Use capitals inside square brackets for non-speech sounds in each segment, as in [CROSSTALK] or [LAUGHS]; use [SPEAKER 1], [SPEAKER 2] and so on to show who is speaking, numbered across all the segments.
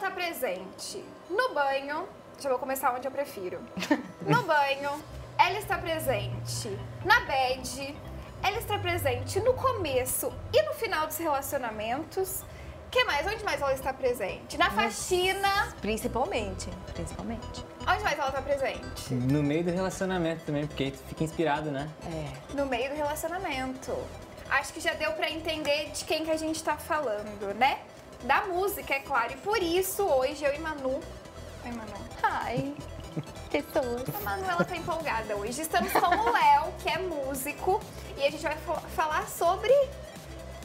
[SPEAKER 1] tá presente no banho. Já vou começar onde eu prefiro. No banho, ela está presente na bed, ela está presente no começo e no final dos relacionamentos. que mais? Onde mais ela está presente? Na faxina.
[SPEAKER 2] Principalmente. Principalmente.
[SPEAKER 1] Onde mais ela está presente?
[SPEAKER 3] No meio do relacionamento também, porque aí tu fica inspirado, né?
[SPEAKER 2] É.
[SPEAKER 1] No meio do relacionamento. Acho que já deu pra entender de quem que a gente tá falando, né? Da música, é claro. E por isso, hoje, eu e Manu... Oi, Manu.
[SPEAKER 2] Ai, pessoas.
[SPEAKER 1] A Manuela tá empolgada hoje. Estamos com o Léo, que é músico, e a gente vai fa- falar sobre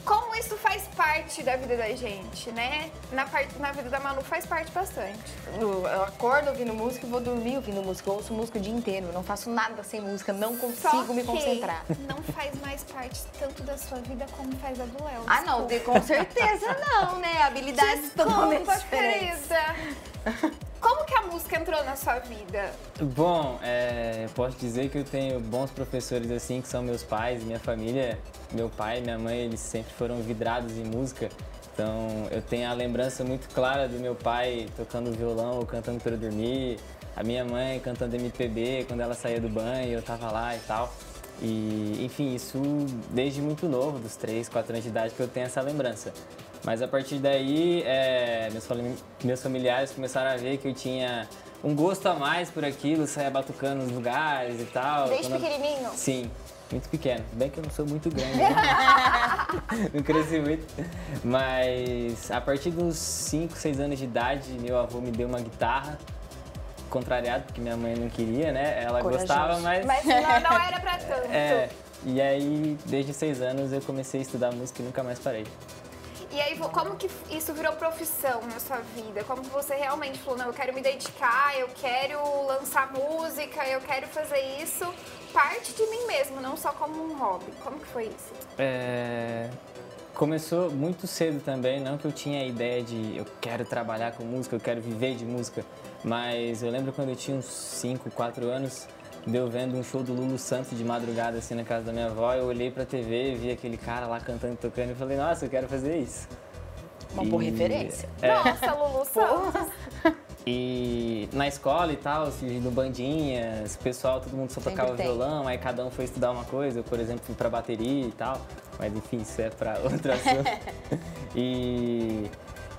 [SPEAKER 1] como isso faz parte da vida da gente, né? Na, parte, na vida da Manu faz parte bastante.
[SPEAKER 2] [LAUGHS] Eu eu acordo ouvindo música e vou dormir ouvindo música. Eu ouço música o dia inteiro. Eu Não faço nada sem música. Não consigo me
[SPEAKER 1] que
[SPEAKER 2] concentrar.
[SPEAKER 1] Não faz mais parte tanto da sua vida como faz a do Léo.
[SPEAKER 2] Ah, não, de- com certeza não, né? Habilidades totalmente
[SPEAKER 1] Desculpa,
[SPEAKER 2] diferentes.
[SPEAKER 1] querida. Como que a música entrou na sua vida?
[SPEAKER 3] Bom, é, eu posso dizer que eu tenho bons professores assim, que são meus pais, minha família, meu pai, minha mãe, eles sempre foram vidrados em música. Então eu tenho a lembrança muito clara do meu pai tocando violão ou cantando para dormir, a minha mãe cantando MPB quando ela saía do banho, eu tava lá e tal. E enfim, isso desde muito novo, dos 3, 4 anos de idade, que eu tenho essa lembrança. Mas a partir daí, é, meus, fami- meus familiares começaram a ver que eu tinha um gosto a mais por aquilo, saia batucando nos lugares e tal.
[SPEAKER 1] Desde
[SPEAKER 3] Quando eu-
[SPEAKER 1] pequenininho?
[SPEAKER 3] Sim, muito pequeno. Bem que eu não sou muito grande, né?
[SPEAKER 1] [LAUGHS]
[SPEAKER 3] não cresci muito. Mas a partir dos 5, 6 anos de idade, meu avô me deu uma guitarra. Contrariado, porque minha mãe não queria, né? Ela
[SPEAKER 2] Corajoso. [LAUGHS]
[SPEAKER 3] gostava,
[SPEAKER 1] Mas não, não era pra tanto.
[SPEAKER 3] É, e aí, desde 6 anos, eu comecei a estudar música e nunca mais parei.
[SPEAKER 1] E aí, vo- como que isso virou profissão na sua vida? Como que você realmente falou, não, eu quero me dedicar, eu quero lançar música, eu quero fazer isso parte de mim mesmo, não só como um hobby. Como que foi isso?
[SPEAKER 3] É, Começou muito cedo também, não que eu tinha a ideia de eu quero trabalhar com música, eu quero viver de música, mas eu lembro quando eu tinha uns 5, 4 anos, deu vendo um show do Lulu Santos de madrugada assim na casa da minha avó, eu olhei pra TV, vi aquele cara lá cantando e tocando e falei, nossa, eu quero fazer isso.
[SPEAKER 2] Uma boa
[SPEAKER 3] E-
[SPEAKER 2] referência.
[SPEAKER 3] É.
[SPEAKER 1] Nossa,
[SPEAKER 3] [LAUGHS]
[SPEAKER 1] Lulu Santos.
[SPEAKER 3] E na escola e tal, assim, no bandinhas, o pessoal, todo mundo só
[SPEAKER 2] Sempre
[SPEAKER 3] tocava
[SPEAKER 2] tem.
[SPEAKER 3] violão, aí cada um foi estudar uma coisa, eu, por exemplo, fui pra bateria e tal, mas enfim, isso é pra [LAUGHS]
[SPEAKER 2] [LAUGHS]
[SPEAKER 3] outro assunto. e,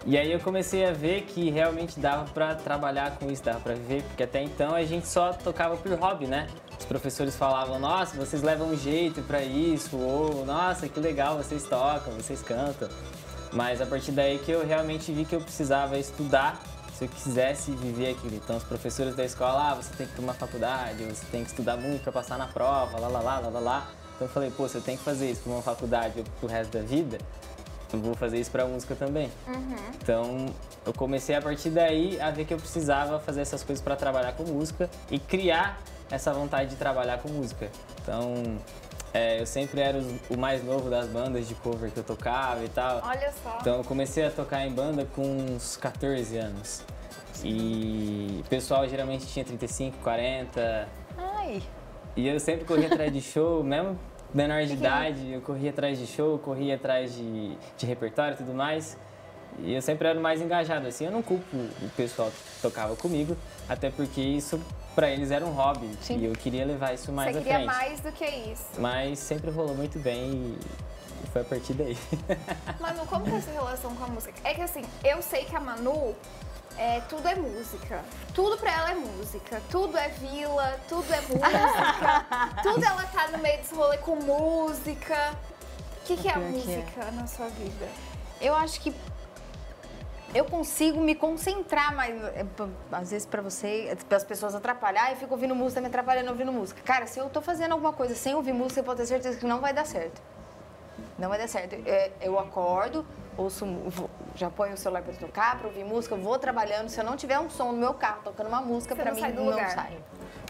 [SPEAKER 3] e aí eu comecei a ver que realmente dava pra trabalhar com isso, dava pra viver, porque até então a gente só tocava por hobby, né? Os professores falavam, nossa, vocês levam um jeito pra isso, ou nossa, que legal, vocês tocam, vocês cantam. Mas a partir daí que eu realmente vi que eu precisava estudar se eu quisesse viver aquilo. Então os professores da escola, ah, você tem que ir pra uma faculdade, você tem que estudar muito para passar na prova, lá, lá, lá, lá, lá, lá. Então eu falei, pô, se eu tenho que fazer isso pra uma faculdade ou pro resto da vida, eu vou fazer isso pra música também. Então eu comecei a partir daí a ver que eu precisava fazer essas coisas para trabalhar com música e criar essa vontade de trabalhar com música. Então é, eu sempre era os- o mais novo das bandas de cover que eu tocava e tal.
[SPEAKER 1] Olha só.
[SPEAKER 3] Então eu comecei a tocar em banda com uns 14 anos. E o pessoal geralmente tinha 35, 40.
[SPEAKER 2] Ai,
[SPEAKER 3] E eu sempre corria atrás
[SPEAKER 1] [LAUGHS]
[SPEAKER 3] de show, mesmo menor de idade, eu corria atrás de show, corria atrás de, de repertório e tudo mais. E eu sempre era o mais engajado, assim. Eu não culpo o pessoal que tocava comigo, até porque isso pra eles era um hobby.
[SPEAKER 2] Sim.
[SPEAKER 3] E eu queria levar isso mais
[SPEAKER 1] você
[SPEAKER 3] à
[SPEAKER 1] queria
[SPEAKER 3] frente.
[SPEAKER 1] mais do que isso.
[SPEAKER 3] Mas sempre rolou muito bem e foi a partir daí.
[SPEAKER 1] Manu, como que é a sua relação com a música? É que assim, eu sei que a Manu, é, tudo é música. Tudo pra ela é música. Tudo é vila, tudo é
[SPEAKER 2] [LAUGHS]
[SPEAKER 1] música. tudo ela tá no meio desse rolê com música. O que, que é a
[SPEAKER 2] Pior que é.
[SPEAKER 1] música na sua vida?
[SPEAKER 2] eu acho que eu consigo me concentrar mais. é, p- Às vezes, pra você, para as pessoas atrapalhar, eu fico ouvindo música, me atrapalhando ouvindo música. Cara, se eu tô fazendo alguma coisa sem ouvir música, eu posso ter certeza que não vai dar certo. Não vai dar certo. É, Eu acordo, ouço, mu- vou- já ponho o celular pra tocar, pra ouvir música, vou trabalhando. Se eu não tiver um som no meu carro tocando uma música,
[SPEAKER 1] Você
[SPEAKER 2] pra
[SPEAKER 1] não
[SPEAKER 2] mim
[SPEAKER 1] sai do
[SPEAKER 2] não
[SPEAKER 1] lugar.
[SPEAKER 2] sai.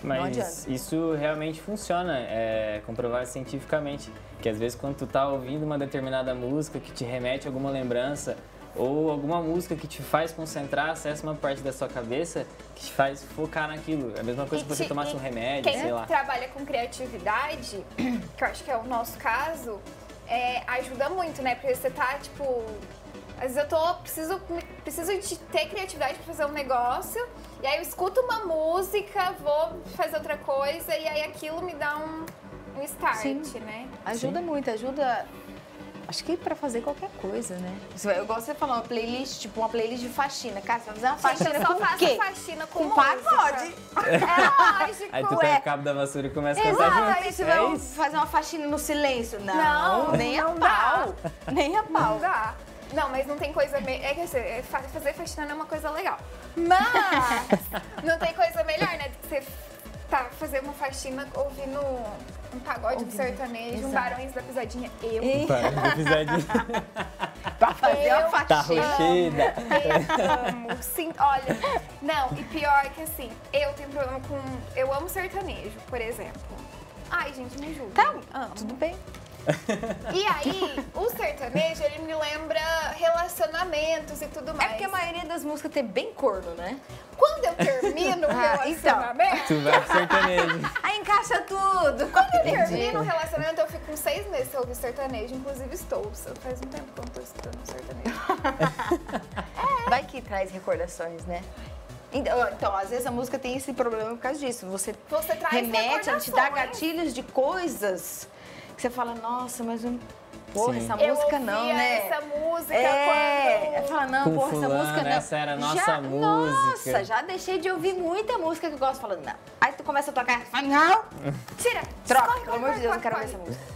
[SPEAKER 2] Não
[SPEAKER 3] Mas
[SPEAKER 2] adianta.
[SPEAKER 3] isso realmente funciona, é comprovado cientificamente. Que às vezes quando tu tá ouvindo uma determinada música que te remete a alguma lembrança, ou alguma música que te faz concentrar, acessa uma parte da sua cabeça que te faz focar naquilo. É a mesma coisa
[SPEAKER 1] E
[SPEAKER 3] que você
[SPEAKER 1] te-
[SPEAKER 3] tomasse
[SPEAKER 1] e
[SPEAKER 3] um remédio,
[SPEAKER 1] Quem tá
[SPEAKER 3] sei lá.
[SPEAKER 1] trabalha com criatividade, [CLEARS THROAT] que eu acho que é o nosso caso, é, ajuda muito, né? Porque você tá, tipo, Às vezes eu tô, preciso, preciso de ter criatividade pra fazer um negócio, e aí eu escuto uma música, vou fazer outra coisa, e aí aquilo me dá um, um start,
[SPEAKER 2] Sim.
[SPEAKER 1] né?
[SPEAKER 2] Ajuda muito, ajuda. Acho que pra fazer qualquer coisa, né? Você vai- Eu gosto de você falar uma playlist, tipo uma playlist de faxina. Cara, você vai fazer uma
[SPEAKER 1] Gente,
[SPEAKER 2] faxina
[SPEAKER 1] eu só
[SPEAKER 2] com o
[SPEAKER 1] faço
[SPEAKER 2] quê?
[SPEAKER 1] faxina com,
[SPEAKER 2] Com
[SPEAKER 1] música.
[SPEAKER 2] pagode.
[SPEAKER 1] É lógico.
[SPEAKER 3] [LAUGHS] Aí tu
[SPEAKER 1] é.
[SPEAKER 3] pega o cabo da vassoura e começa a cantar
[SPEAKER 2] Exato,
[SPEAKER 3] junto.
[SPEAKER 2] aí você
[SPEAKER 3] É
[SPEAKER 2] vai
[SPEAKER 3] isso?
[SPEAKER 2] fazer uma faxina no silêncio. Não,
[SPEAKER 1] Não,
[SPEAKER 2] nem a
[SPEAKER 1] não
[SPEAKER 2] pau. Nem a pau.
[SPEAKER 1] Não dá. Não, mas não tem coisa. Me... É, quer dizer, é fa- fazer faxina não é uma coisa legal.
[SPEAKER 2] [LAUGHS]
[SPEAKER 1] Mas não tem coisa melhor, né? Do que você tá fazer uma faxina ouvindo um pagode um sertanejo, um
[SPEAKER 2] exato.
[SPEAKER 1] barões da pisadinha. Eu.
[SPEAKER 2] E
[SPEAKER 3] Para de
[SPEAKER 1] [LAUGHS]
[SPEAKER 3] pisadinha.
[SPEAKER 2] pra fazer
[SPEAKER 1] Eu-
[SPEAKER 2] uma
[SPEAKER 3] Tá
[SPEAKER 2] faxina.
[SPEAKER 3] rochida.
[SPEAKER 1] Eu amo. Sim, olha. Não, e pior que assim, eu tenho problema com. Eu amo sertanejo, por exemplo. Ai, gente, me julga.
[SPEAKER 2] Tá, tudo bem.
[SPEAKER 1] E aí, o sertanejo, ele me lembra relacionamentos e tudo mais.
[SPEAKER 2] É porque a maioria das músicas tem bem corno, né?
[SPEAKER 1] Quando eu termino o
[SPEAKER 2] [LAUGHS] Ah, então.
[SPEAKER 1] relacionamento,
[SPEAKER 3] Tu vai pro sertanejo.
[SPEAKER 2] Aí encaixa [LAUGHS] tudo.
[SPEAKER 1] quando eu termino o relacionamento, eu fico uns seis meses sem ouvir sertanejo. Inclusive, estou. Faz um tempo que eu não tô escutando sertanejo.
[SPEAKER 2] Vai que traz recordações, né? Então, então, às vezes a música tem esse problema por causa disso. Você
[SPEAKER 1] Você traz
[SPEAKER 2] remete, ela te dá
[SPEAKER 1] recordações.
[SPEAKER 2] gatilhos de coisas que você fala, nossa, mas eu- porra,
[SPEAKER 3] Sim.
[SPEAKER 2] essa
[SPEAKER 1] Eu
[SPEAKER 2] música
[SPEAKER 1] ouvia
[SPEAKER 2] não, né?
[SPEAKER 1] essa música
[SPEAKER 2] É,
[SPEAKER 1] quando...
[SPEAKER 2] fala, não,
[SPEAKER 3] Com
[SPEAKER 2] porra, essa
[SPEAKER 3] fulano,
[SPEAKER 2] música não.
[SPEAKER 3] essa era a nossa
[SPEAKER 2] já,
[SPEAKER 3] música.
[SPEAKER 2] Nossa, já deixei de ouvir muita música que eu gosto falando, não. Aí tu começa a tocar, fala, não,
[SPEAKER 1] Tira!
[SPEAKER 2] troca,
[SPEAKER 1] Corre,
[SPEAKER 2] pelo amor
[SPEAKER 1] corre,
[SPEAKER 2] de Deus,
[SPEAKER 1] corre,
[SPEAKER 2] não quero ouvir
[SPEAKER 1] corre.
[SPEAKER 2] essa música.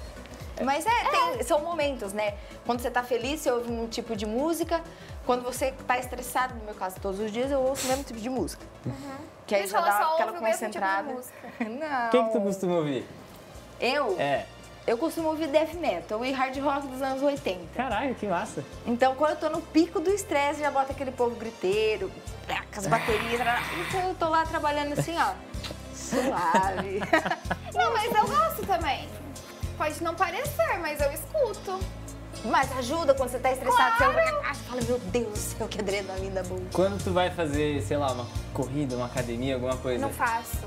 [SPEAKER 2] Mas é, tem- são momentos, né? Quando você tá feliz, você ouve um tipo de música. Quando você tá estressado, no meu caso, todos os dias, eu ouço o mesmo tipo de música. Que aí
[SPEAKER 1] Gente,
[SPEAKER 2] já
[SPEAKER 1] Uhum. ela
[SPEAKER 2] dá
[SPEAKER 1] só
[SPEAKER 2] aquela
[SPEAKER 1] ouve o mesmo tipo de
[SPEAKER 2] concentrada.
[SPEAKER 1] música.
[SPEAKER 2] [LAUGHS] não.
[SPEAKER 3] O que, que tu costuma ouvir?
[SPEAKER 2] Eu?
[SPEAKER 3] É.
[SPEAKER 2] Eu costumo ouvir death metal e hard rock dos anos 80.
[SPEAKER 3] Caralho, que massa.
[SPEAKER 2] Então, quando eu tô no pico do estresse, já bota aquele povo griteiro, placa, as baterias. tarará. Então, eu tô lá trabalhando assim, ó,
[SPEAKER 3] [LAUGHS]
[SPEAKER 2] suave.
[SPEAKER 1] Não, mas eu gosto também. Pode não parecer, mas eu escuto.
[SPEAKER 2] Mas ajuda quando você tá estressado. Você Você fala, meu Deus do céu, que adrenalina boa.
[SPEAKER 3] Quando tu vai fazer, sei lá, uma corrida, uma academia, alguma coisa.
[SPEAKER 1] Não faço.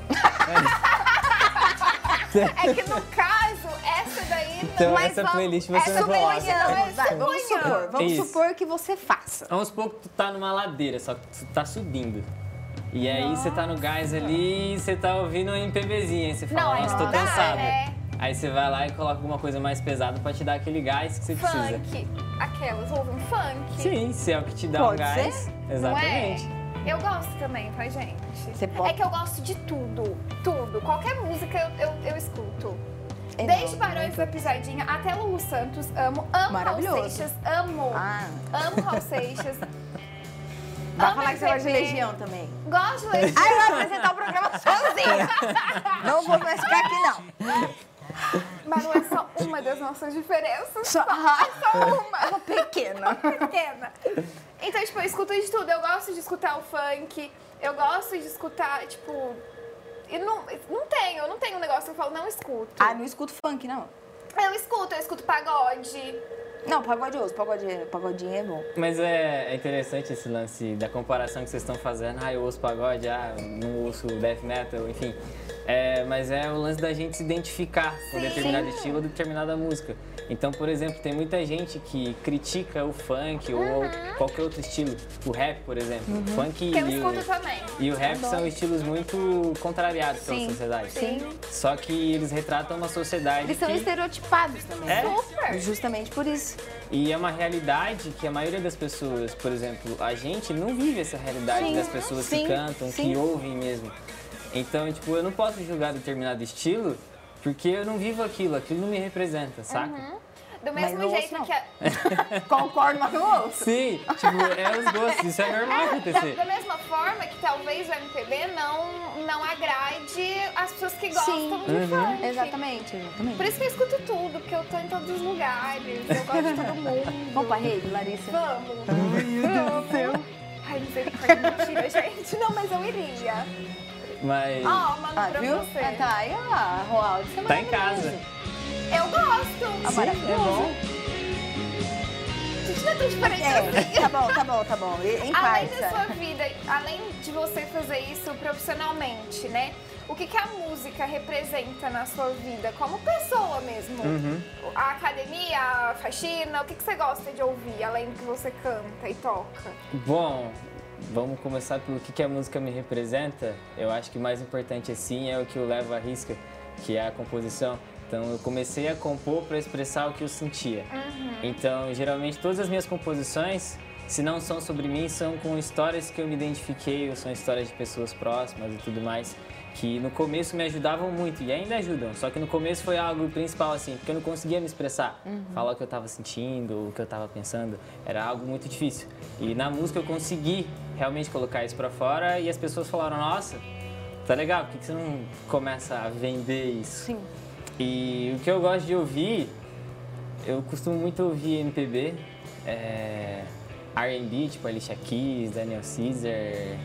[SPEAKER 1] [LAUGHS] É que no caso, essa daí não
[SPEAKER 3] Então
[SPEAKER 2] Mas
[SPEAKER 3] essa
[SPEAKER 2] vamos-
[SPEAKER 3] playlist você
[SPEAKER 1] essa
[SPEAKER 3] não coloca.
[SPEAKER 1] playlist não é-
[SPEAKER 2] Vai, vamos
[SPEAKER 1] suponhamos.
[SPEAKER 2] supor, vamos
[SPEAKER 3] Isso.
[SPEAKER 2] supor que você faça.
[SPEAKER 3] Vamos supor que tu tá numa ladeira, só que tu tá subindo. E aí você tá no gás ali e você tá ouvindo uma MPBzinha. Aí você
[SPEAKER 1] Não,
[SPEAKER 3] fala,
[SPEAKER 1] aí
[SPEAKER 3] nossa,
[SPEAKER 1] não
[SPEAKER 3] tô
[SPEAKER 1] dá,
[SPEAKER 3] cansado.
[SPEAKER 1] né?
[SPEAKER 3] Aí você vai lá e coloca alguma coisa mais pesada pra te dar aquele gás que você precisa.
[SPEAKER 1] funk. Aquelas, ouve um funk.
[SPEAKER 3] Sim, se é o que te dá um
[SPEAKER 2] Pode
[SPEAKER 3] gás.
[SPEAKER 2] ser?
[SPEAKER 1] Não é?
[SPEAKER 3] Exatamente.
[SPEAKER 1] Eu gosto também, tá, gente?
[SPEAKER 2] Você pode-
[SPEAKER 1] É que eu gosto de tudo. Tudo. Qualquer música eu, eu, eu escuto.
[SPEAKER 2] É,
[SPEAKER 1] Desde
[SPEAKER 2] não,
[SPEAKER 1] Barões da Pisadinha até Lulu Santos, amo. Amo
[SPEAKER 2] Maravilhoso.
[SPEAKER 1] Raul Seixas, amo.
[SPEAKER 2] Ah.
[SPEAKER 1] Amo Raul Seixas.
[SPEAKER 2] Vai
[SPEAKER 1] Amo
[SPEAKER 2] falar que você gosta de
[SPEAKER 1] MPB.
[SPEAKER 2] legião também. [LAUGHS]
[SPEAKER 1] Gosto de Legião.
[SPEAKER 2] Aí vai apresentar o programa sozinha. não vou mais ficar aqui, não.
[SPEAKER 1] Mas não é só uma das nossas diferenças.
[SPEAKER 2] Ah, Só,
[SPEAKER 1] Só uma.
[SPEAKER 2] uma pequena.
[SPEAKER 1] pequena. Então, tipo, eu escuto de tudo. Eu gosto de escutar o funk, eu gosto de escutar, tipo. Eu não, não tenho, eu não tenho um negócio que eu falo, não escuto.
[SPEAKER 2] [LAUGHS] Ah, não escuto funk, não.
[SPEAKER 1] Eu escuto, eu escuto pagode.
[SPEAKER 2] Não, pagode eu ouço, pagode, pagodinho é bom.
[SPEAKER 3] Mas é, é interessante esse lance da comparação que vocês estão fazendo. Ah, eu ouço pagode, ah, não ouço death metal, enfim. É, mas é o lance da gente se identificar com
[SPEAKER 1] Sim.
[SPEAKER 3] determinado estilo ou determinada música. Então, por exemplo, tem muita gente que critica o funk ou
[SPEAKER 2] Uhum.
[SPEAKER 3] qualquer outro estilo. O rap, por exemplo. O Funk
[SPEAKER 1] Que eu
[SPEAKER 3] e
[SPEAKER 1] escuto
[SPEAKER 3] o,
[SPEAKER 1] também.
[SPEAKER 3] e o rap são estilos muito contrariados pela
[SPEAKER 2] é Sim,
[SPEAKER 3] sociedade.
[SPEAKER 2] sim.
[SPEAKER 3] Só que eles retratam uma sociedade
[SPEAKER 2] Eles são
[SPEAKER 3] que...
[SPEAKER 2] estereotipados também.
[SPEAKER 3] É?
[SPEAKER 1] Super.
[SPEAKER 2] Justamente por isso.
[SPEAKER 3] E é uma realidade que a maioria das pessoas, por exemplo, a gente não vive essa realidade
[SPEAKER 2] Sim,
[SPEAKER 3] das pessoas
[SPEAKER 2] sim,
[SPEAKER 3] que cantam,
[SPEAKER 2] sim.
[SPEAKER 3] que ouvem mesmo. Então, tipo, eu não posso julgar determinado estilo porque eu não vivo aquilo, aquilo não me representa, saca?
[SPEAKER 1] Do
[SPEAKER 2] Mas não
[SPEAKER 1] mesmo jeito
[SPEAKER 2] ouço,
[SPEAKER 1] que a,
[SPEAKER 2] Concordo, mas eu ouço.
[SPEAKER 3] Sim, tipo, é os gostos, isso é normal acontecer.
[SPEAKER 1] Da mesma forma que talvez o MPB não, não agrade as pessoas que gostam
[SPEAKER 2] Sim.
[SPEAKER 1] de funk.
[SPEAKER 2] Exatamente,
[SPEAKER 1] Por
[SPEAKER 2] exatamente.
[SPEAKER 1] isso que eu escuto tudo, porque eu tô em todos os lugares, eu gosto de todo
[SPEAKER 2] [LAUGHS]
[SPEAKER 1] mundo.
[SPEAKER 2] Vamos pra rede, Larissa?
[SPEAKER 1] Vamos! Meu Deus do céu! Ai, misericórdia, mentira, gente. Não, mas eu iria.
[SPEAKER 3] Mas
[SPEAKER 1] Ó, manda
[SPEAKER 2] Ah,
[SPEAKER 1] pra
[SPEAKER 2] viu?
[SPEAKER 1] você.
[SPEAKER 2] Ah, tá, aí, ó, Roaldo, você é
[SPEAKER 3] tá em
[SPEAKER 2] maravilhoso.
[SPEAKER 3] casa.
[SPEAKER 1] Eu gosto!
[SPEAKER 3] Sim, é bom.
[SPEAKER 1] Gente, não é tão diferente assim.
[SPEAKER 2] É, tá bom, tá bom, tá bom. E-
[SPEAKER 1] Além
[SPEAKER 2] Em paz,
[SPEAKER 1] da
[SPEAKER 2] sabe?
[SPEAKER 1] sua vida, além de você fazer isso profissionalmente, né? o que, que a música representa na sua vida, como pessoa mesmo.
[SPEAKER 2] Uhum.
[SPEAKER 1] A academia, a faxina, o que, que você gosta de ouvir, além do que você canta e toca?
[SPEAKER 3] Bom, vamos começar pelo que, que a música me representa. Eu acho que o mais importante assim é o que eu levo à risca, que é a composição. Então eu comecei a compor para expressar o que eu sentia. Então geralmente todas as minhas composições, se não são sobre mim, são com histórias que eu me identifiquei, ou são histórias de pessoas próximas e tudo mais, que no começo me ajudavam muito e ainda ajudam. Só que no começo foi algo principal assim, porque eu não conseguia me expressar, falar o que eu estava sentindo, o que eu estava pensando, era algo muito difícil. E na música eu consegui realmente colocar isso para fora e as pessoas falaram: "Nossa, tá legal, por que que você não começa a vender isso?"
[SPEAKER 2] Sim.
[SPEAKER 3] E o que eu gosto de ouvir, eu costumo muito ouvir MPB, é, R&B, tipo Alicia Keys, Daniel Caesar,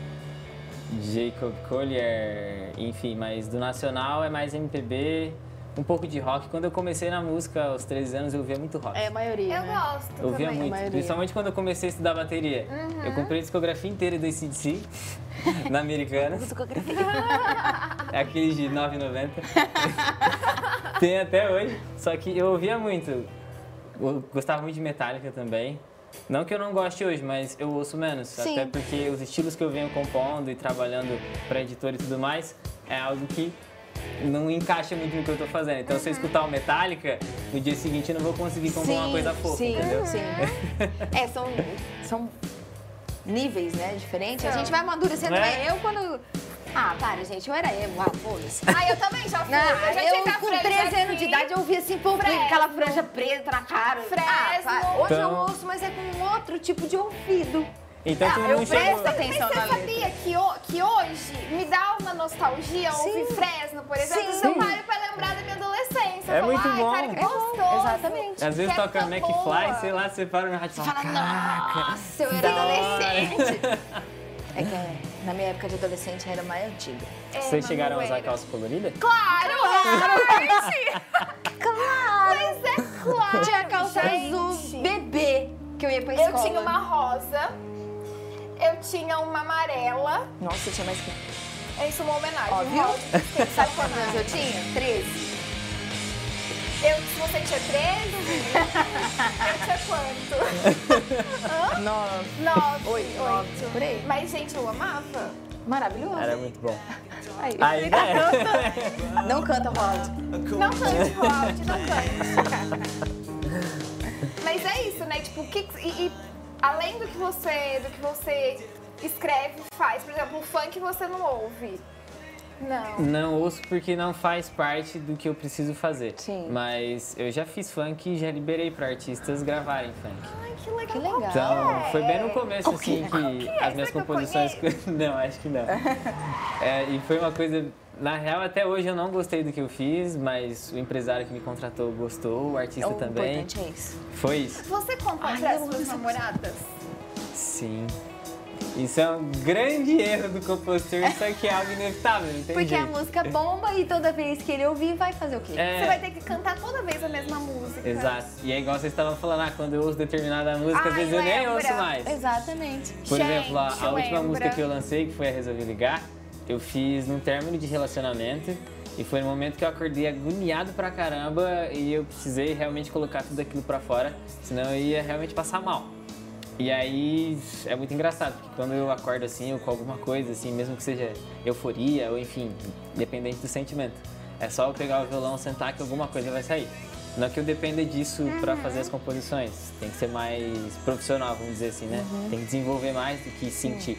[SPEAKER 3] Jacob Collier, enfim, mas do nacional é mais MPB, um pouco de rock. Quando eu comecei na música aos 13 anos, eu ouvia muito rock.
[SPEAKER 2] É a maioria.
[SPEAKER 1] Eu
[SPEAKER 2] né?
[SPEAKER 1] gosto
[SPEAKER 3] Eu ouvia
[SPEAKER 1] também.
[SPEAKER 3] muito,
[SPEAKER 2] maioria. Uhum.
[SPEAKER 3] principalmente quando eu comecei a estudar bateria. Eu comprei a discografia inteira do ACDC, [LAUGHS] na Americanas. É aquele de 9,90.
[SPEAKER 2] [LAUGHS]
[SPEAKER 3] Tem até hoje. Só que eu ouvia muito. Eu gostava muito de Metallica também. Não que eu não goste hoje, mas eu ouço menos.
[SPEAKER 2] Sim.
[SPEAKER 3] Até porque os estilos que eu venho compondo e trabalhando para editor e tudo mais é algo que não encaixa muito no que eu tô fazendo. Então, se eu escutar o Metallica, no dia seguinte eu não vou conseguir compor Então, uma coisa fofa,
[SPEAKER 2] Uhum. sim,
[SPEAKER 3] entendeu? [LAUGHS]
[SPEAKER 2] Sim. é, são, são níveis, né? Diferentes. A
[SPEAKER 1] São.
[SPEAKER 2] gente vai amadurecendo.
[SPEAKER 3] Né?
[SPEAKER 2] né? Eu quando. Ah, para, gente, eu era emo, ah, foda-se.
[SPEAKER 3] [LAUGHS]
[SPEAKER 1] Ah, eu também já fui.
[SPEAKER 2] Não,
[SPEAKER 1] eu já tinha
[SPEAKER 2] eu,
[SPEAKER 1] que
[SPEAKER 2] com
[SPEAKER 1] Fresno
[SPEAKER 2] 13 anos de
[SPEAKER 1] aqui.
[SPEAKER 2] idade eu ouvia assim, pô,
[SPEAKER 1] Fresno.
[SPEAKER 2] aquela franja preta na cara.
[SPEAKER 1] Fresno.
[SPEAKER 2] Ah, vai. hoje eu
[SPEAKER 3] Então-
[SPEAKER 2] ouço, mas é com outro tipo de ouvido.
[SPEAKER 3] Então, tu
[SPEAKER 2] Ah,
[SPEAKER 3] não
[SPEAKER 2] eu
[SPEAKER 3] chegou-
[SPEAKER 2] presto
[SPEAKER 1] Mas
[SPEAKER 2] atenção
[SPEAKER 1] você
[SPEAKER 2] na letra.
[SPEAKER 1] sabia que, ho- que hoje me dá uma nostalgia
[SPEAKER 2] Sim.
[SPEAKER 1] ouvir Fresno, por exemplo?
[SPEAKER 2] Sim.
[SPEAKER 1] Se eu paro pra lembrar da minha adolescência. eu
[SPEAKER 3] É
[SPEAKER 1] falo,
[SPEAKER 3] muito
[SPEAKER 1] Ai,
[SPEAKER 3] bom.
[SPEAKER 1] cara, que
[SPEAKER 3] É
[SPEAKER 2] bom,
[SPEAKER 1] gostoso.
[SPEAKER 2] exatamente.
[SPEAKER 3] Às vezes
[SPEAKER 1] que
[SPEAKER 3] toca
[SPEAKER 1] época boa."
[SPEAKER 3] McFly, sei lá, você para no rádio e
[SPEAKER 2] é Você
[SPEAKER 3] fala,
[SPEAKER 2] fala, nossa, eu era
[SPEAKER 3] da hora."
[SPEAKER 2] adolescente. É que é, na minha época de adolescente era mais antiga.
[SPEAKER 1] É,
[SPEAKER 3] Vocês chegaram a usar
[SPEAKER 1] Manuela.
[SPEAKER 3] calça colorida?
[SPEAKER 1] Claro! Claro!
[SPEAKER 2] [LAUGHS] Claro!
[SPEAKER 1] Mas é claro!
[SPEAKER 2] Tinha calça
[SPEAKER 1] gente.
[SPEAKER 2] azul bebê que eu ia pra
[SPEAKER 1] Eu
[SPEAKER 2] escola.
[SPEAKER 1] tinha uma rosa. Eu tinha uma amarela.
[SPEAKER 2] Nossa, eu tinha mais que...
[SPEAKER 1] É isso, uma homenagem.
[SPEAKER 2] Ó, viu?
[SPEAKER 1] rosa.
[SPEAKER 2] Sabe quantos anos eu tinha? 13.
[SPEAKER 1] Eu, se você tinha 13, eu tinha
[SPEAKER 2] [LAUGHS]
[SPEAKER 1] quanto?
[SPEAKER 2] Nossa.
[SPEAKER 1] 9,
[SPEAKER 2] Oito, nove, por aí.
[SPEAKER 1] Mas, gente, eu amava.
[SPEAKER 2] Maravilhoso.
[SPEAKER 3] Era muito bom.
[SPEAKER 2] Aí.
[SPEAKER 3] Ainda é.
[SPEAKER 2] Não canta, Ronaldo.
[SPEAKER 1] Não cante, Walt, não cante. Mas é isso, né? Tipo, o que, e, e além do que você, do que você escreve, faz, por exemplo, o funk você não ouve. Não.
[SPEAKER 3] [LAUGHS] Não ouço porque não faz parte do que eu preciso fazer.
[SPEAKER 2] Sim.
[SPEAKER 3] Mas eu já fiz funk e já liberei pra artistas gravarem funk.
[SPEAKER 1] Ai, que legal.
[SPEAKER 2] Que legal.
[SPEAKER 3] Então, foi bem no começo,
[SPEAKER 2] Qual que
[SPEAKER 3] assim,
[SPEAKER 2] é?
[SPEAKER 3] que
[SPEAKER 1] é?
[SPEAKER 3] as
[SPEAKER 1] Será
[SPEAKER 3] minhas
[SPEAKER 1] que eu
[SPEAKER 3] composições... [LAUGHS] não, acho que não. É, e foi uma coisa... Na real, até hoje eu não gostei do que eu fiz, mas o empresário que me contratou gostou, o artista
[SPEAKER 2] O
[SPEAKER 3] também.
[SPEAKER 2] importante é isso.
[SPEAKER 3] Foi isso.
[SPEAKER 1] Você compra
[SPEAKER 2] Ai,
[SPEAKER 1] para
[SPEAKER 2] eu
[SPEAKER 1] as suas
[SPEAKER 2] amo essa
[SPEAKER 1] namoradas?
[SPEAKER 3] Sim. Isso é um grande erro do compositor, só que é algo inevitável, não tem
[SPEAKER 2] Porque a
[SPEAKER 3] jeito.
[SPEAKER 2] música bomba e toda vez que ele ouvir, vai fazer o quê?
[SPEAKER 3] É,
[SPEAKER 1] Você vai ter que cantar toda vez a mesma música.
[SPEAKER 3] Exato. E é igual vocês estavam falando, ah, quando eu ouço determinada música,
[SPEAKER 1] Ai,
[SPEAKER 3] às vezes eu nem
[SPEAKER 1] lembra.
[SPEAKER 3] ouço mais.
[SPEAKER 2] Exatamente.
[SPEAKER 3] Por exemplo, a, a
[SPEAKER 1] Gente,
[SPEAKER 3] última
[SPEAKER 1] lembra.
[SPEAKER 3] música que eu lancei, que foi a Resolvi Ligar, eu fiz num término de relacionamento. E foi no momento que eu acordei agoniado pra caramba e eu precisei realmente colocar tudo aquilo pra fora, senão eu ia realmente passar mal. E aí é muito engraçado, porque quando eu acordo assim, ou com alguma coisa assim, mesmo que seja euforia ou enfim, dependente do sentimento, é só eu pegar o violão, sentar que alguma coisa vai sair. Não é que eu dependa disso
[SPEAKER 1] Uhum.
[SPEAKER 3] pra fazer as composições, tem que ser mais profissional, vamos dizer assim, né?
[SPEAKER 1] Uhum.
[SPEAKER 3] Tem que desenvolver mais do que sentir.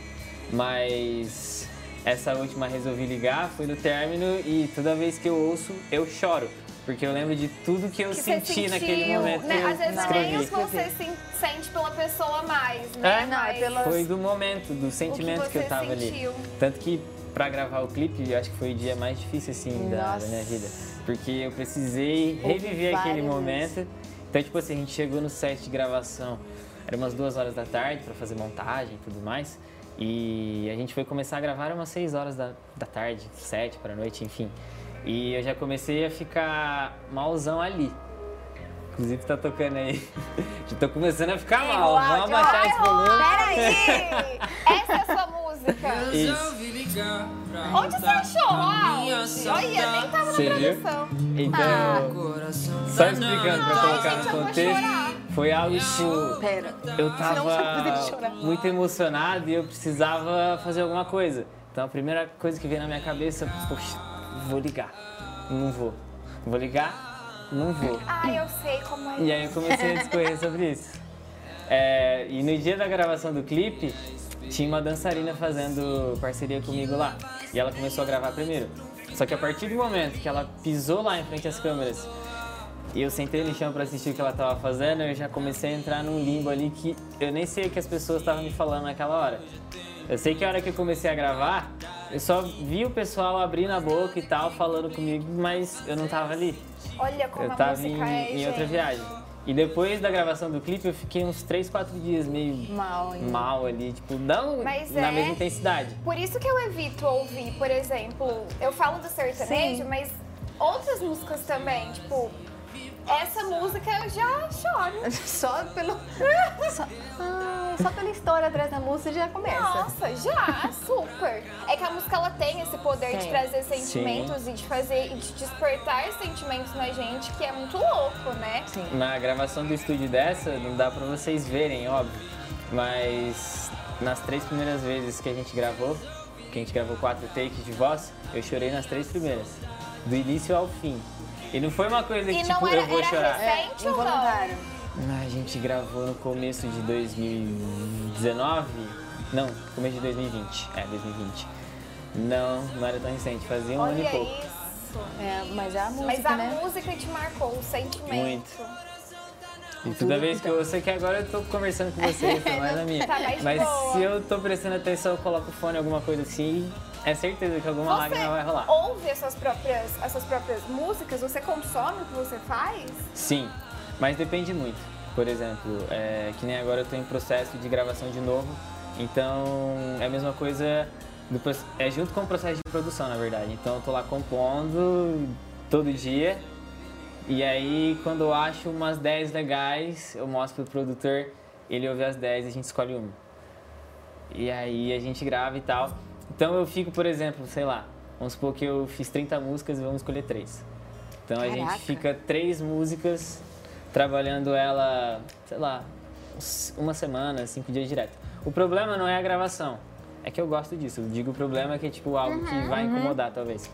[SPEAKER 3] Mas essa última resolvi ligar, fui no término e toda vez que eu ouço, eu choro. Porque eu lembro de tudo que eu
[SPEAKER 1] Que
[SPEAKER 3] senti
[SPEAKER 1] você
[SPEAKER 3] naquele
[SPEAKER 1] sentiu,
[SPEAKER 3] momento.
[SPEAKER 1] Né?
[SPEAKER 3] que eu
[SPEAKER 1] Às vezes
[SPEAKER 3] escrevi.
[SPEAKER 1] nem os que você se- sente pela pessoa mais, né?
[SPEAKER 3] É?
[SPEAKER 2] Não, é
[SPEAKER 1] Mas
[SPEAKER 2] pela-
[SPEAKER 3] Foi do momento, do sentimento que,
[SPEAKER 1] você
[SPEAKER 3] eu tava
[SPEAKER 1] sentiu.
[SPEAKER 3] ali. Tanto que pra gravar o clipe, eu acho que foi o dia mais difícil assim da, da
[SPEAKER 2] Nossa.
[SPEAKER 3] minha vida, porque eu precisei
[SPEAKER 2] Houve
[SPEAKER 3] reviver aquele
[SPEAKER 2] várias
[SPEAKER 3] momento. Então, tipo assim, a gente chegou no set de gravação, era umas duas horas da tarde pra fazer montagem e tudo mais. E a gente foi começar a gravar umas 6 horas da, da tarde, sete pra noite, enfim. E eu já comecei a ficar malzão ali. Inclusive tá tocando aí. [LAUGHS] Já tô começando a ficar mal.
[SPEAKER 2] Roald,
[SPEAKER 3] Vamos abaixar
[SPEAKER 2] vai,
[SPEAKER 3] esse volume.
[SPEAKER 1] Peraí! Essa é a sua música. música.
[SPEAKER 3] Isso.
[SPEAKER 1] Onde você achou, Raul?
[SPEAKER 4] Tá minha
[SPEAKER 1] Olha, nem tava
[SPEAKER 3] Você
[SPEAKER 1] na
[SPEAKER 3] viu?
[SPEAKER 1] produção.
[SPEAKER 2] Ah.
[SPEAKER 3] Então, só explicando pra colocar
[SPEAKER 1] gente,
[SPEAKER 3] no
[SPEAKER 1] eu vou
[SPEAKER 3] contexto,
[SPEAKER 1] chorar.
[SPEAKER 3] foi algo tipo.
[SPEAKER 2] Pera.
[SPEAKER 3] Eu
[SPEAKER 2] eu vou
[SPEAKER 3] tava
[SPEAKER 2] chorar.
[SPEAKER 3] muito emocionado e eu precisava fazer alguma coisa. Então a primeira coisa que veio na minha cabeça, poxa, vou ligar. Não vou. Vou ligar? Não vou.
[SPEAKER 1] Ah, eu sei como é.
[SPEAKER 3] E aí eu comecei a discorrer sobre isso. É, e no dia da gravação do clipe, tinha uma dançarina fazendo parceria comigo lá. E ela começou a gravar primeiro. Só que a partir do momento que ela pisou lá em frente às câmeras e eu sentei no chão pra assistir o que ela tava fazendo, eu já comecei a entrar num limbo ali que eu nem sei o que as pessoas estavam me falando naquela hora. Eu sei que a hora que eu comecei a gravar, eu só vi o pessoal abrindo a boca e tal, falando comigo, mas eu não tava ali.
[SPEAKER 1] Olha como
[SPEAKER 3] Eu
[SPEAKER 1] a
[SPEAKER 3] tava em,
[SPEAKER 1] música é,
[SPEAKER 3] em
[SPEAKER 1] gente.
[SPEAKER 3] outra viagem. E depois da gravação do clipe, eu fiquei uns 3, 4 dias meio
[SPEAKER 2] Mal, hein?
[SPEAKER 3] mal ali, tipo, não
[SPEAKER 1] Mas
[SPEAKER 3] na
[SPEAKER 1] é-
[SPEAKER 3] mesma intensidade.
[SPEAKER 1] Por isso que eu evito ouvir, por exemplo, eu falo do sertanejo,
[SPEAKER 2] Sim.
[SPEAKER 1] mas outras músicas também, tipo, essa música eu já choro.
[SPEAKER 2] [LAUGHS] Só pelo. [LAUGHS] Só, ah, só pela história atrás da música já começa.
[SPEAKER 1] Nossa, já, super. É que a música ela tem esse poder de
[SPEAKER 2] Sim.
[SPEAKER 1] trazer sentimentos e de fazer e de despertar sentimentos na gente, que é muito louco, né?
[SPEAKER 2] Sim.
[SPEAKER 3] Na gravação do estúdio dessa, não dá pra vocês verem, óbvio. Mas nas três primeiras vezes que a gente gravou, que a gente gravou quatro takes de voz, eu chorei nas três primeiras. Do início ao fim. E não foi uma coisa que,
[SPEAKER 1] E
[SPEAKER 3] tipo,
[SPEAKER 1] não era,
[SPEAKER 3] eu vou
[SPEAKER 1] era
[SPEAKER 3] chorar.
[SPEAKER 1] recente ou não?
[SPEAKER 2] É involuntário.
[SPEAKER 3] Ah, A gente gravou no começo de 2019? Não, começo de 2020. É, 2020. Não, não era tão recente, fazia um ano e
[SPEAKER 1] Olha
[SPEAKER 3] pouco.
[SPEAKER 1] isso.
[SPEAKER 2] É, mas é a música,
[SPEAKER 1] Mas a
[SPEAKER 2] né?
[SPEAKER 1] música te marcou, o sentimento.
[SPEAKER 3] Muito. E toda vez que eu ouço aqui agora, eu tô conversando
[SPEAKER 1] [LAUGHS]
[SPEAKER 3] com vocês, tá mais na minha.
[SPEAKER 1] Tá mais
[SPEAKER 3] Mas
[SPEAKER 1] boa.
[SPEAKER 3] se eu tô prestando atenção, eu coloco o fone, alguma coisa assim, é certeza que alguma
[SPEAKER 1] Você
[SPEAKER 3] lágrima vai rolar.
[SPEAKER 1] ouve as suas, próprias, as suas próprias músicas? Você consome o que você faz?
[SPEAKER 3] Sim, mas depende muito. Por exemplo, é, que nem agora eu tô em processo de gravação de novo, então é a mesma coisa, do proce- é junto com o processo de produção, na verdade. Então eu tô lá compondo todo dia, e aí quando eu acho umas 10 legais, eu mostro pro produtor, ele ouve as 10 e a gente escolhe uma. E aí a gente grava e tal. Então eu fico, por exemplo, sei lá, vamos supor que eu fiz 30 músicas e vamos escolher três. Então a gente
[SPEAKER 2] Caraca.
[SPEAKER 3] fica três músicas trabalhando ela, sei lá, uns- uma semana, cinco dias direto. O problema não é a gravação. É que eu gosto disso. Eu digo o problema é que é tipo algo que vai incomodar, talvez.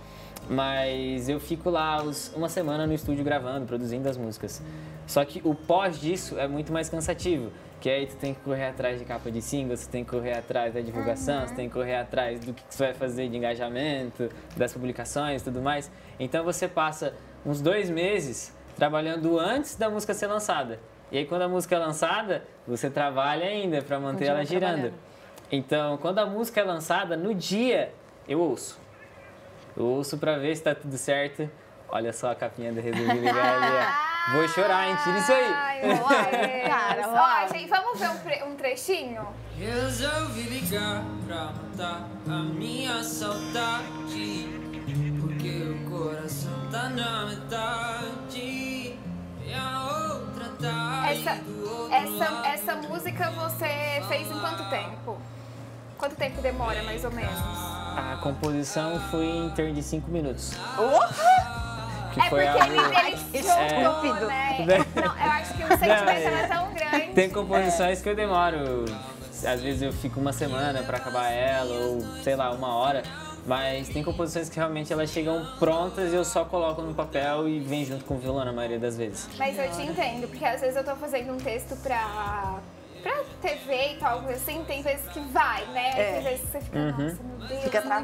[SPEAKER 3] Mas eu fico lá os- uma semana no estúdio gravando, produzindo as músicas. Só que o pós disso é muito mais cansativo. Que aí tu tem que correr atrás de capa de single, você tem que correr atrás da divulgação, você tem que correr atrás do que que você vai fazer de engajamento, das publicações e tudo mais. Então você passa uns dois meses trabalhando antes da música ser lançada. E aí quando a música é lançada, você trabalha ainda pra manter
[SPEAKER 2] Continua
[SPEAKER 3] ela girando.
[SPEAKER 2] trabalhando.
[SPEAKER 3] Então, quando a música é lançada, no dia eu ouço. Eu ouço pra ver se tá tudo certo. Olha só a capinha do Resolvi Ligar
[SPEAKER 1] [LAUGHS]
[SPEAKER 3] ali, ó. Vou chorar, hein? Tira isso aí.
[SPEAKER 1] Ai, meu Deus.
[SPEAKER 2] [LAUGHS] Cara,
[SPEAKER 1] Ó,
[SPEAKER 2] uau.
[SPEAKER 1] gente, vamos ver um, pre- um trechinho?
[SPEAKER 4] Resolvi ligar pra matar a minha saudade. Porque o coração tá na metade. E a outra tá aí
[SPEAKER 1] Essa,
[SPEAKER 4] do outro lado.
[SPEAKER 1] essa, essa música você fez em quanto tempo? Quanto tempo demora, mais ou menos?
[SPEAKER 3] A composição foi em torno de 5 minutos. Que
[SPEAKER 1] É porque ele, ele
[SPEAKER 2] Isso é
[SPEAKER 1] soltou,
[SPEAKER 2] estúpido.
[SPEAKER 1] né?
[SPEAKER 3] Né?
[SPEAKER 1] Não, eu acho que o sentimento
[SPEAKER 3] é-
[SPEAKER 1] era tão grande.
[SPEAKER 3] Tem composições que eu demoro. Às vezes eu fico uma semana pra acabar ela, ou sei lá, uma hora. Mas tem composições que realmente elas chegam prontas e eu só coloco no papel e vem junto com o violão na maioria das vezes.
[SPEAKER 1] Mas eu te entendo, porque às vezes eu tô fazendo um texto pra, pra TV e tal, coisa assim, tem vezes que vai, né?
[SPEAKER 2] É.
[SPEAKER 1] Tem vezes que você fica, nossa, meu Deus,
[SPEAKER 2] Fica
[SPEAKER 1] não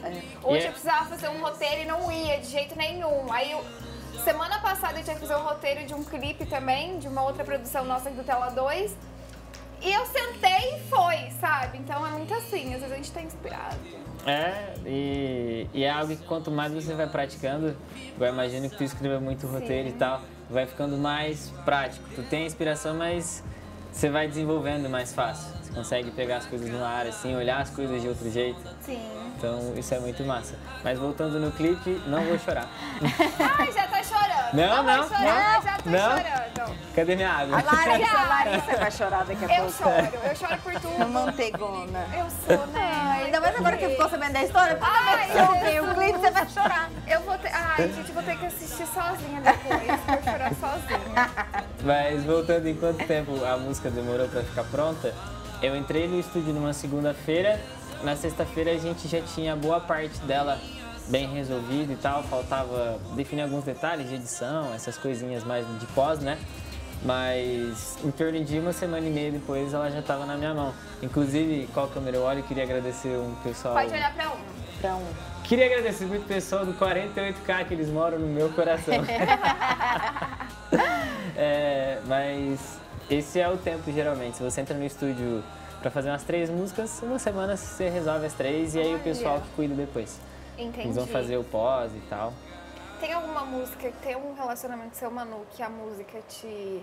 [SPEAKER 1] vai.
[SPEAKER 2] é.
[SPEAKER 1] Hoje
[SPEAKER 3] E é-
[SPEAKER 1] eu precisava fazer um roteiro e não ia de jeito nenhum. Aí eu- semana passada eu tinha que fazer um roteiro de um clipe também, de uma outra produção nossa aqui do Tela 2. E eu sentei e foi, sabe? Então é muito assim, às vezes a gente tá inspirado.
[SPEAKER 3] É, e, e é algo que quanto mais você vai praticando, eu imagino que tu escreva muito roteiro e tal, vai ficando mais prático. Tu tem a inspiração, mas você vai desenvolvendo mais fácil. Você consegue pegar as coisas no ar, assim, olhar as coisas de outro jeito.
[SPEAKER 1] Sim.
[SPEAKER 3] Então isso é muito massa. Mas voltando no
[SPEAKER 1] [LAUGHS]
[SPEAKER 3] clipe, não vou chorar.
[SPEAKER 1] Ai, já tá chorando.
[SPEAKER 3] Não,
[SPEAKER 1] vai
[SPEAKER 3] não,
[SPEAKER 1] chorar,
[SPEAKER 3] não,
[SPEAKER 1] já tá
[SPEAKER 3] não.
[SPEAKER 1] chorando.
[SPEAKER 3] Cadê minha água?
[SPEAKER 2] A Larissa, a Larissa vai chorar daqui a
[SPEAKER 1] Eu
[SPEAKER 2] pouco.
[SPEAKER 1] choro, eu choro por tudo.
[SPEAKER 2] No Mantegona.
[SPEAKER 1] Eu sou, né?
[SPEAKER 2] Ainda mais agora que ficou sabendo da história, porque
[SPEAKER 1] Ai,
[SPEAKER 2] você ouviu
[SPEAKER 1] Jesus.
[SPEAKER 2] o clipe, você vai chorar.
[SPEAKER 1] Eu vou ter. Ai, gente, eu vou ter que assistir sozinha depois. Vou chorar sozinha.
[SPEAKER 3] [LAUGHS] Mas voltando em quanto tempo a música demorou pra ficar pronta, eu entrei no estúdio numa segunda-feira, na sexta-feira a gente já tinha boa parte dela bem resolvida e tal, faltava definir alguns detalhes de edição, essas coisinhas mais de pós, né? Mas em torno de uma semana e meia depois ela já tava na minha mão. Inclusive, qual câmera eu olho, eu queria agradecer um pessoal.
[SPEAKER 1] Pode olhar pra um.
[SPEAKER 2] Então,
[SPEAKER 3] Queria agradecer muito o pessoal do 48K que eles moram no meu coração.
[SPEAKER 2] [LAUGHS]
[SPEAKER 3] [LAUGHS] É, mas esse é o tempo geralmente. Se você entra no estúdio pra fazer umas três músicas, uma semana você resolve as três e aí o
[SPEAKER 1] Olha.
[SPEAKER 3] pessoal que cuida depois.
[SPEAKER 1] Entendi.
[SPEAKER 3] Eles vão fazer o pós e tal.
[SPEAKER 1] Tem alguma música, tem um relacionamento seu, Manu, que a música te.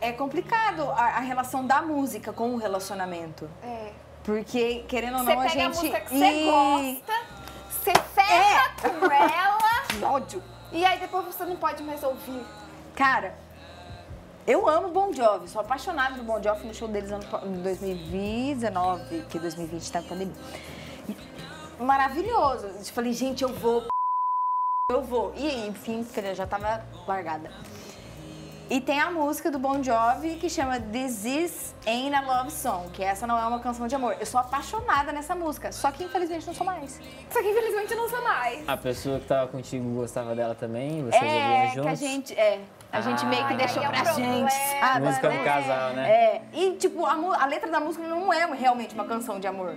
[SPEAKER 2] é complicado a, a relação da música com o relacionamento.
[SPEAKER 1] É.
[SPEAKER 2] Porque, querendo ou
[SPEAKER 1] Você
[SPEAKER 2] não,
[SPEAKER 1] pega
[SPEAKER 2] a gente.
[SPEAKER 1] a música que você
[SPEAKER 2] E- É.
[SPEAKER 1] gosta, você fecha com ela
[SPEAKER 2] [LAUGHS] Que ódio!
[SPEAKER 1] e aí depois você não pode mais ouvir.
[SPEAKER 2] Cara, eu amo Bon Jovi, sou apaixonada do Bon Jovi no show deles ano pa- em 2019, que 2020 tá com pandemia. Maravilhoso. Eu falei, gente, eu vou, p***, eu vou. E enfim, filha, já tava largada. E tem a música do Bon Jovi que chama This Is Ain't a Love Song, que essa não é uma canção de amor. Eu sou apaixonada nessa música, só que infelizmente não sou mais.
[SPEAKER 1] Só que infelizmente não sou mais.
[SPEAKER 3] A pessoa que tava contigo gostava dela também, vocês ouviam
[SPEAKER 2] É, que
[SPEAKER 3] juntos.
[SPEAKER 2] a gente, é, a gente meio que
[SPEAKER 3] Ah,
[SPEAKER 2] deixou
[SPEAKER 1] aí é um
[SPEAKER 2] pra
[SPEAKER 1] problema,
[SPEAKER 2] gente, sabe?
[SPEAKER 3] Música do
[SPEAKER 2] né?
[SPEAKER 3] casal, né?
[SPEAKER 2] É, e tipo, a, mu- a letra da música não é realmente uma canção de amor.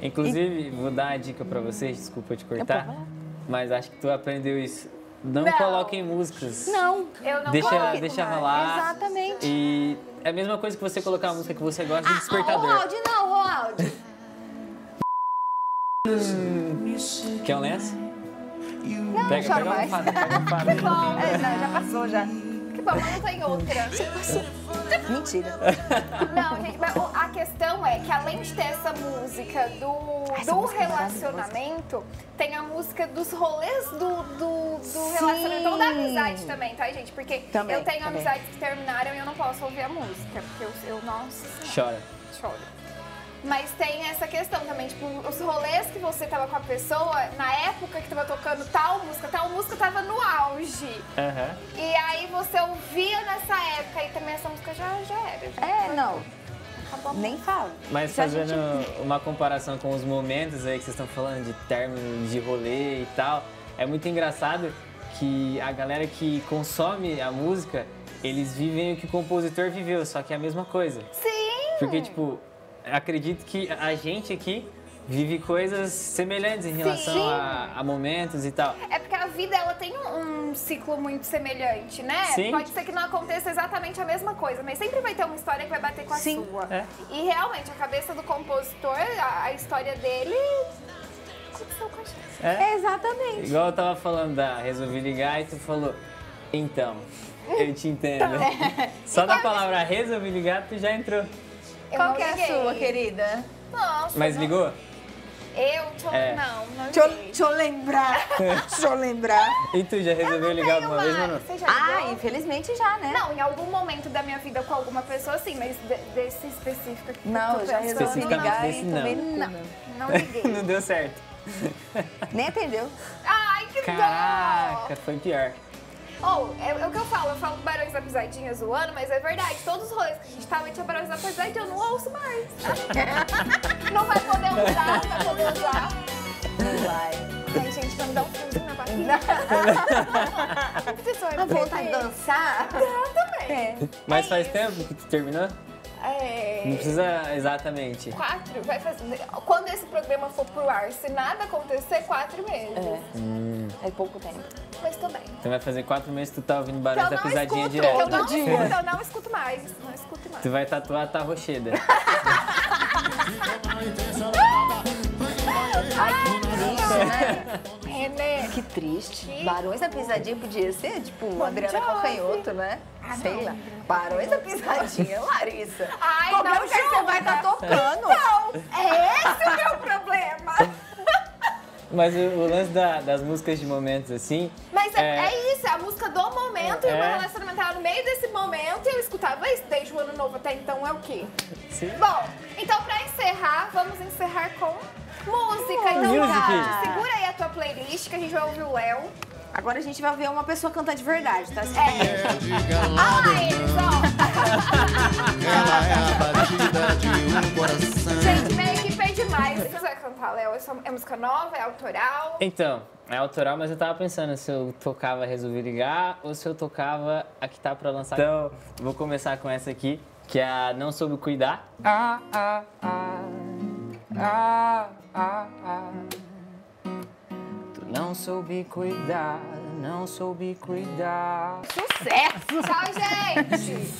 [SPEAKER 3] Inclusive, vou dar a dica pra vocês, desculpa te cortar,
[SPEAKER 2] falar.
[SPEAKER 3] mas acho que tu aprendeu isso. Não,
[SPEAKER 1] Não.
[SPEAKER 3] coloquem músicas.
[SPEAKER 2] Não.
[SPEAKER 1] Eu não
[SPEAKER 3] Deixa,
[SPEAKER 1] coloco
[SPEAKER 3] deixa
[SPEAKER 1] mais.
[SPEAKER 3] rolar.
[SPEAKER 2] Exatamente. Ah,
[SPEAKER 3] E é a mesma coisa que você colocar a música que você gosta de despertador.
[SPEAKER 2] Roald, não,
[SPEAKER 3] [LAUGHS]
[SPEAKER 2] Roald.
[SPEAKER 3] Quer um lenço?
[SPEAKER 2] Não,
[SPEAKER 3] Pega,
[SPEAKER 2] não
[SPEAKER 3] pega
[SPEAKER 2] choro
[SPEAKER 3] uma
[SPEAKER 2] mais.
[SPEAKER 3] fada, pega uma fada.
[SPEAKER 1] Bom,
[SPEAKER 2] É, não, já passou, já.
[SPEAKER 1] que bom, mas não tem outra.
[SPEAKER 2] tá Mentira.
[SPEAKER 1] Não, gente, mas o- a questão é que além de ter essa música do,
[SPEAKER 2] Essa
[SPEAKER 1] do
[SPEAKER 2] música é
[SPEAKER 1] relacionamento, tem a música dos rolês do, do, do
[SPEAKER 2] Sim.
[SPEAKER 1] relacionamento. Então da amizade também, tá, gente? Porque
[SPEAKER 2] Também,
[SPEAKER 1] eu tenho
[SPEAKER 2] também.
[SPEAKER 1] amizades que terminaram e eu não posso ouvir a música. Porque eu, eu nossa, senhora,
[SPEAKER 3] Chora.
[SPEAKER 1] choro. Mas tem essa questão também, tipo, os rolês que você tava com a pessoa, na época que tava tocando tal música, tal música tava no auge.
[SPEAKER 3] Aham.
[SPEAKER 1] E aí você ouvia nessa época e também essa música já, já era. já
[SPEAKER 2] É, não.
[SPEAKER 1] Acabou a
[SPEAKER 2] Nem falo.
[SPEAKER 3] Mas
[SPEAKER 2] Se a
[SPEAKER 3] fazendo
[SPEAKER 2] gente-
[SPEAKER 3] uma comparação com os momentos aí que vocês estão falando de término de rolê e tal, é muito engraçado que a galera que consome a música, eles vivem o que o compositor viveu, só que é a mesma coisa.
[SPEAKER 1] Sim!
[SPEAKER 3] Porque, tipo, acredito que a gente aqui vive coisas semelhantes em relação a, a momentos e tal.
[SPEAKER 1] É porque a vida ela tem um, um ciclo muito semelhante, né?
[SPEAKER 3] Sim.
[SPEAKER 1] Pode ser que não aconteça exatamente a mesma coisa, mas sempre vai ter uma história que vai bater com a
[SPEAKER 2] Sim.
[SPEAKER 1] sua.
[SPEAKER 3] É.
[SPEAKER 1] E realmente, a cabeça do compositor, a, a história dele aconteceu com a gente.
[SPEAKER 3] É.
[SPEAKER 2] Exatamente.
[SPEAKER 3] Igual eu tava falando da resolvi ligar e tu falou, então, eu te entendo.
[SPEAKER 1] Então,
[SPEAKER 3] [LAUGHS] Só da palavra resolvi ligar tu já entrou.
[SPEAKER 1] é. Eu
[SPEAKER 2] Qual
[SPEAKER 1] não
[SPEAKER 2] que é a
[SPEAKER 1] liguei.
[SPEAKER 2] sua, querida?
[SPEAKER 1] Nossa,
[SPEAKER 3] Mas
[SPEAKER 1] não-
[SPEAKER 3] ligou?
[SPEAKER 1] Eu? Tchau,
[SPEAKER 3] É.
[SPEAKER 1] Não, não
[SPEAKER 2] Deixa eu,
[SPEAKER 1] liguei.
[SPEAKER 2] deixa eu lembrar. Deixa eu lembrar.
[SPEAKER 3] E tu já resolveu ligar
[SPEAKER 1] Tenho
[SPEAKER 3] alguma vez,
[SPEAKER 1] mais.
[SPEAKER 3] Manu?
[SPEAKER 1] Você já
[SPEAKER 2] [LAUGHS] Ah,
[SPEAKER 1] ligou?
[SPEAKER 2] infelizmente já, né?
[SPEAKER 1] Não, em algum momento da minha vida com alguma pessoa, sim, mas de- desse específico aqui.
[SPEAKER 2] Não, eu já resolvi
[SPEAKER 3] Especificamente
[SPEAKER 2] ligar
[SPEAKER 3] desse,
[SPEAKER 2] e
[SPEAKER 3] não.
[SPEAKER 2] também não.
[SPEAKER 1] Não, não
[SPEAKER 3] [LAUGHS]
[SPEAKER 1] liguei.
[SPEAKER 3] [LAUGHS] Não deu
[SPEAKER 1] [LAUGHS]
[SPEAKER 3] certo.
[SPEAKER 2] Nem atendeu.
[SPEAKER 1] Ai, que dó!
[SPEAKER 3] Caraca, foi pior.
[SPEAKER 1] Ou, é, é o que eu falo, eu falo Barões da Pisadinha zoando, mas é verdade, todos os rolês que a gente tava tinha Barões da Pisadinha, eu não ouço mais. não vai poder usar, não vai poder usar.
[SPEAKER 2] Não vai.
[SPEAKER 1] Ai, gente, vai me dar um friozinho na [LAUGHS] barriga. Pessoal, é
[SPEAKER 2] A vontade de
[SPEAKER 1] perfeito.
[SPEAKER 2] dançar?
[SPEAKER 1] Eu também.
[SPEAKER 2] É.
[SPEAKER 3] Mas faz
[SPEAKER 1] isso.
[SPEAKER 3] tempo que tu terminou? Não
[SPEAKER 1] É...
[SPEAKER 3] precisa exatamente.
[SPEAKER 1] Quatro, vai fazer... Quando esse programa for pro ar, se nada acontecer, quatro meses.
[SPEAKER 2] É pouco tempo.
[SPEAKER 1] Mas tô bem.
[SPEAKER 3] Tu vai fazer quatro meses que tu tá ouvindo
[SPEAKER 1] Que eu
[SPEAKER 3] barulho da
[SPEAKER 1] Então não
[SPEAKER 3] pisadinha
[SPEAKER 1] escuto, que eu
[SPEAKER 3] direto.
[SPEAKER 1] não
[SPEAKER 2] Todo
[SPEAKER 1] escuto,
[SPEAKER 2] dia.
[SPEAKER 1] eu não escuto mais. Não escuto mais.
[SPEAKER 3] Tu vai tatuar a tá rocheda. [LAUGHS]
[SPEAKER 1] É, né?
[SPEAKER 2] Que triste.
[SPEAKER 1] Que-
[SPEAKER 2] Barões da Pisadinha podia ser, tipo, Adriana
[SPEAKER 1] Jovi.
[SPEAKER 2] Calcanhoto, né?
[SPEAKER 1] Ah,
[SPEAKER 2] Sei lá. Barões da Pisadinha, Larissa.
[SPEAKER 1] Ai,
[SPEAKER 2] Qualquer
[SPEAKER 1] não,
[SPEAKER 2] lugar que você
[SPEAKER 1] Joana.
[SPEAKER 2] vai estar tocando.
[SPEAKER 1] Não, é esse o meu problema.
[SPEAKER 3] Mas o, o lance da- das músicas de momentos assim.
[SPEAKER 1] Mas é, é isso, a música do momento e o meu
[SPEAKER 3] É.
[SPEAKER 1] relacionamento tava no meio desse momento e eu escutava isso desde o ano novo até então é o quê?
[SPEAKER 3] Sim.
[SPEAKER 1] Bom, então pra encerrar, vamos encerrar com música. Então,
[SPEAKER 3] Music.
[SPEAKER 1] Nath, segura aí a tua playlist que a gente vai ouvir o Léo.
[SPEAKER 2] Agora a gente vai ver uma pessoa cantar de verdade, tá?
[SPEAKER 1] É.
[SPEAKER 5] É de galado,
[SPEAKER 1] Olha lá eles, ó.
[SPEAKER 5] ela é a batida de um coração.
[SPEAKER 1] Gente, meio que fez demais. Você vai cantar, Léo? Isso É música nova? É autoral?
[SPEAKER 3] Então, é autoral, mas eu tava pensando se eu tocava Resolvi Ligar ou se eu tocava a que tá pra lançar. Então, vou começar com essa aqui, que é a Não Soube Cuidar.
[SPEAKER 2] Ah, ah, ah.
[SPEAKER 1] é-
[SPEAKER 2] Ah, ah, ah.
[SPEAKER 3] Tu não soube cuidar, não soube cuidar.
[SPEAKER 2] Sucesso!
[SPEAKER 1] Tchau, gente!